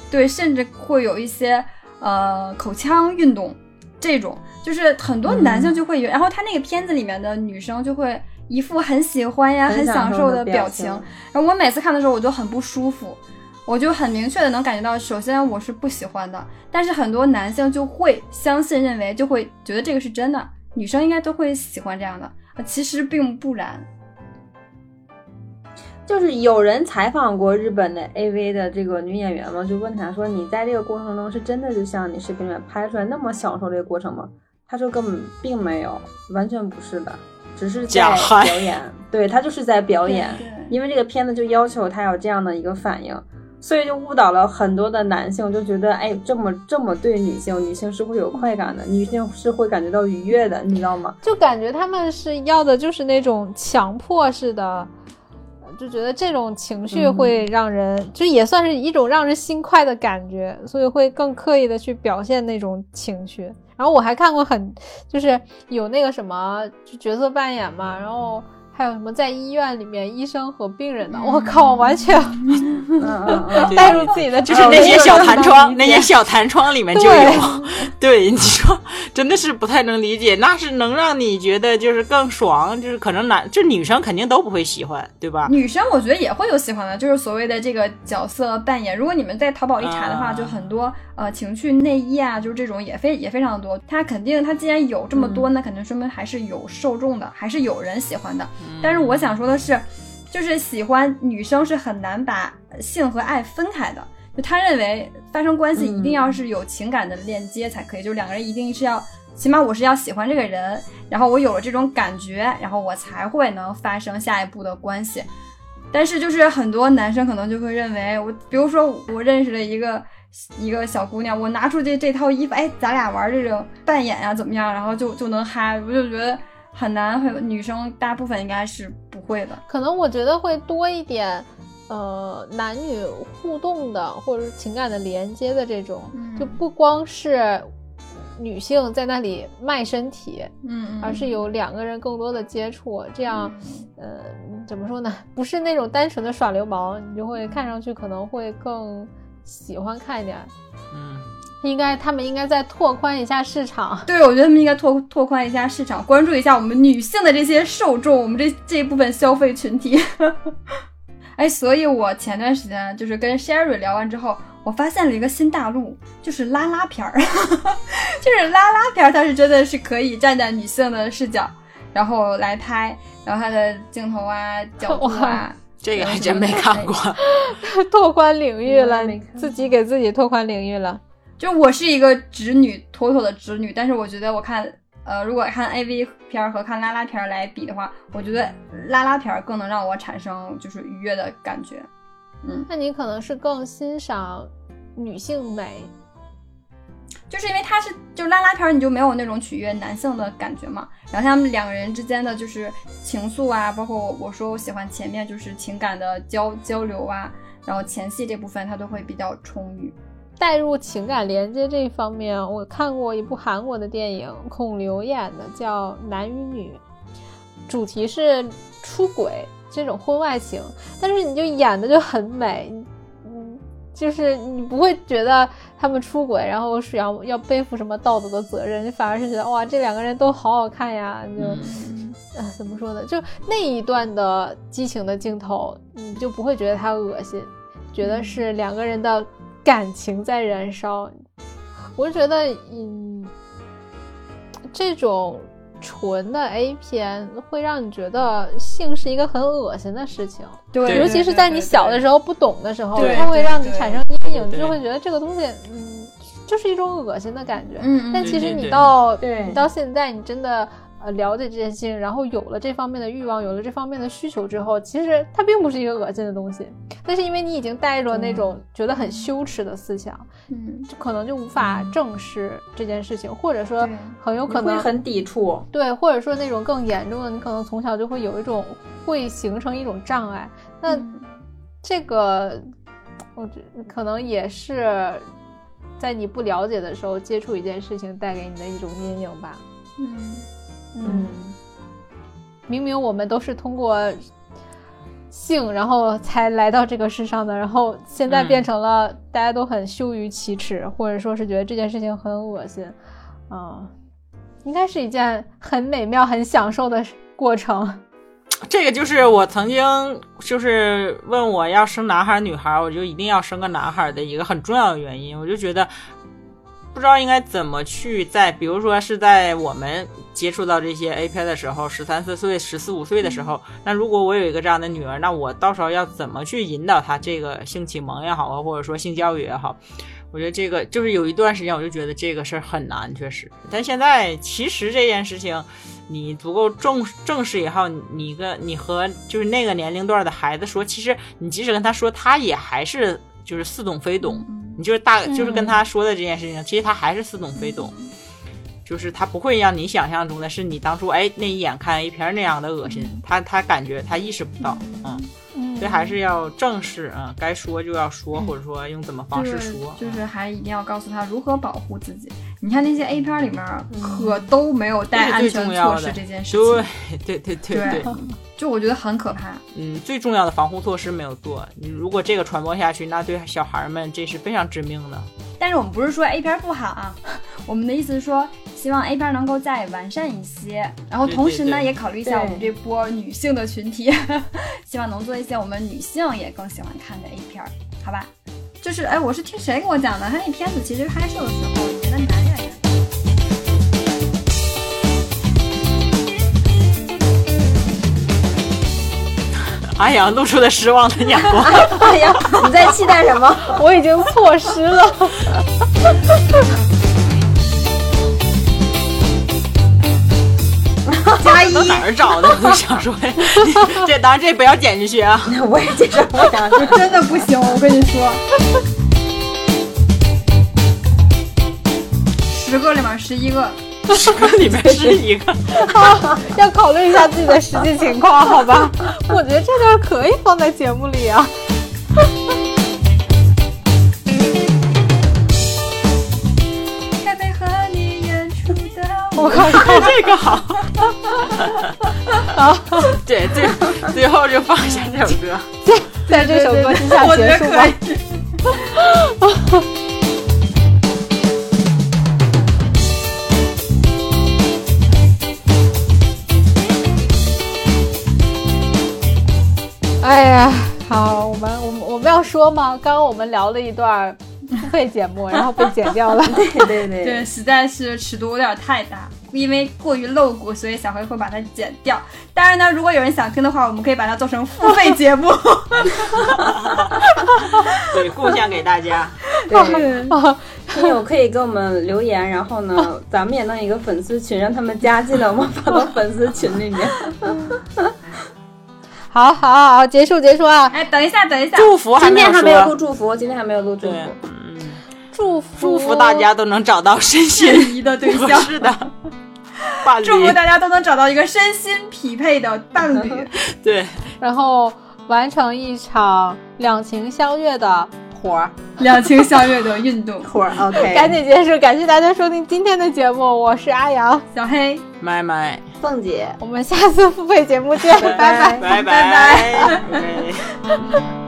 对，甚至会有一些呃口腔运动这种，就是很多男性就会有。然后他那个片子里面的女生就会一副很喜欢呀、很享受的表情。然后我每次看的时候，我就很不舒服，我就很明确的能感觉到，首先我是不喜欢的，但是很多男性就会相信，认为就会觉得这个是真的，女生应该都会喜欢这样的。呃其实并不然，
就是有人采访过日本的 AV 的这个女演员嘛，就问她说：“你在这个过程中是真的就像你视频里面拍出来那么享受这个过程吗？”她说根本并没有，完全不是的，只是在
假嗨
表演。 对她就是在表演，
对
因为这个片子就要求她有这样的一个反应。所以就误导了很多的男性，就觉得哎，这么这么对女性，女性是会有快感的，女性是会感觉到愉悦的，你知道吗？
就感觉他们是要的就是那种强迫式的，呃就觉得这种情绪会让人，就也算是一种让人心快的感觉，所以会更刻意的去表现那种情绪。然后我还看过很，就是有那个什么就角色扮演嘛，然后还有什么在医院里面医生和病人的，我靠，完全
嗯嗯嗯。
对
带入自己的
就
职
是
场
那
那
些
个
小
状
弹
态
窗，
理
那
解
些小弹窗里面就
对
有， 对，你说真的是不太能理解，那是能让你觉得就是更爽，就是可能男就女生肯定都不会喜欢，对吧？
女生我觉得也会有喜欢的，就是所谓的这个角色扮演。如果你们在淘宝一查的话，
啊
就很多呃情趣内衣啊，就是这种也非也非常多。它肯定它既然有这么多，那肯定说明还是有受众的，还是有人喜欢的。但是我想说的是，就是喜欢女生是很难把性和爱分开的。就他认为发生关
嗯
系一定要是有情感的链接才可以，就两个人一定是要，起码我是要喜欢这个人，然后我有了这种感觉，然后我才会能发生下一步的关系。但是就是很多男生可能就会认为我，比如说我认识了一个一个小姑娘，我拿出这这套衣服，哎，咱俩玩这种扮演啊怎么样，然后就就能嗨，我就觉得很难会，女生大部分应该是不会的。
可能我觉得会多一点，呃，男女互动的或者是情感的连接的这种，
嗯
就不光是女性在那里卖身体，
嗯嗯
而是有两个人更多的接触，这样，呃，怎么说呢？不是那种单纯的耍流氓，你就会看上去可能会更喜欢看一点。
嗯，
应该他们应该再拓宽一下市场。
对，我觉得他们应该拓拓宽一下市场，关注一下我们女性的这些受众，我们这这一部分消费群体。 哎，所以我前段时间就是跟 Sherry 聊完之后，我发现了一个新大陆，就是拉拉片儿， 就是拉拉片儿，它是真的是可以站在女性的视角，然后来拍，然后它的镜头啊、角度啊，
这个还真没看过。
拓宽领域了
没看，过
自己给自己拓宽领域了。
就我是一个直女，妥妥的直女，但是我觉得我看，呃，如果看 AV 片儿和看拉拉片儿来比的话，我觉得拉拉片儿更能让我产生就是愉悦的感觉。
那你可能是更欣赏女性美，
就是因为它是就拉拉片，儿，你就没有那种取悦男性的感觉嘛。然后他们两个人之间的就是情愫啊，包括我我说我喜欢前面就是情感的交交流啊，然后前戏这部分它都会比较充裕。
带入情感连接这一方面，我看过一部韩国的电影，孔刘演的，叫《男与女》，主题是出轨这种婚外情，但是你就演的就很美，嗯，就是你不会觉得他们出轨，然后是要要背负什么道德的责任，你反而是觉得哇，这两个人都好好看呀，你就。呃，怎么说呢？就那一段的激情的镜头，你就不会觉得它恶心，觉
嗯
得是两个人的感情在燃烧。我是觉得，嗯，这种纯的 A 片会让你觉得性是一个很恶心的事情，
对，
对
尤其是在你小的时候
候，
不懂的时候，
对
它会让你
对
产生阴影，
对
就会觉得这个东西，嗯，就是一种恶心的感觉。
嗯，嗯
但
嗯
其实
对
你
对
到
对
你到现在，你真的呃了解这件事情，然后有了这方面的欲望，有了这方面的需求之后，其实它并不是一个恶心的东西，但是因为你已经带着那种觉得很羞耻的思想，
嗯
就可能就无法正视这件事情，或者说
对
很有
我
可
嗯会
能
很抵触。
对，或者说那种更严重的，你可能从小就会有一种会形成一种障碍。那
嗯
这个，我觉可能也是在你不了解的时候接触一件事情带给你的一种阴影吧。
嗯。
嗯，明明我们都是通过性，然后才来到这个世上的，然后现在
嗯
变成了大家都很羞于启齿，或者说是觉得这件事情很恶心，啊、应该是一件很美妙、很享受的过程。
这个就是我曾经就是问我要生男孩儿女孩儿，我就一定要生个男孩儿的一个很重要的原因。我就觉得不知道应该怎么去在，比如说是在我们接触到这些 A 片的时候，十三四岁、十四五岁的时候，那如果我有一个这样的女儿，那我到时候要怎么去引导她这个性启蒙也好啊，或者说性教育也好，我觉得这个就是有一段时间我就觉得这个事儿很难，确实。但现在其实这件事情，你足够重正视以后，你你跟你和就是那个年龄段的孩子说，其实你即使跟他说，他也还是就是似懂非懂。你就是大就是跟他说的这件事情，其实他还是似懂非懂，就是他不会让你想象中的是你当初哎那一眼看 A 片儿那样的恶心，他他感觉他意识不到，嗯，
嗯
所以还是要正视啊、嗯，该说就要说，或者说用怎么方式说，啊
就是，就是还一定要告诉他如何保护自己。你看那些 A 片里面可都没有带安
嗯这是最
全
重要
措
的
施这件事情，
对对对对
对
对，
就我觉得很可怕。
嗯，最重要的防护措施没有做，你如果这个传播下去，那对小孩儿们这是非常致命的。
但是我们不是说 A 片不好啊，我们的意思是说，希望 A 片能够再完善一些，然后同时呢，
对对对
也考虑一下我们这波女性的群体， 希望能做一些我们女性也更喜欢看的 A 片儿，好吧？就是哎，我是听谁给我讲的？他那片子其实拍摄的时候，我觉得男演员。
安阳露出了失望的眼光。
哎呀，你在期待什么？
我已经错失了。
加一
都哪儿找的？我就想说， 这当然这不要剪进去啊。
我也接受不了。
真的不行，我跟你说，十个里面十一个，
十个里面是一个，
要考虑一下自己的实际情况，好吧？我觉得这段可以放在节目里啊。
该配合你演出的我。
我靠，
这个好。 对，最最后就放一下这首歌。
在这首歌之下
我觉
结
得
束
可
吧
以。。
哎呀，好，我们我们我们要说吗？刚刚我们聊了一段付费节目，然后被剪 掉了。
对对 对
对，实在是尺度有点太大，因为过于露骨，所以小黑会把它剪掉。当然呢，如果有人想听的话，我们可以把它做成付费节 目。
对，贡献给大家。
对，听友可以给我们留言，然后 呢，咱们也弄一个粉丝群，让他们加进来，我们放到粉丝群里面。
好好好好，结束结束啊！
哎，等一下，等 一下，
祝福还
今
没
天
有
还没有录
说。
祝 福，今天还没有录祝
对
福。，
嗯，
祝福
祝福大家都能找到身 心
心仪的对
合
象，
适的伴侣。
祝福大家都能找到一个身心匹配的伴侣。
对，
然后完成一场两情相悦的活儿。
两情相悦的运动，
会儿 OK，
赶紧结束，感谢大家收听今天的节目，我是阿阳，
小黑，
麦麦，
凤姐，
我们下次付费节目见，拜拜。
拜
拜拜。OK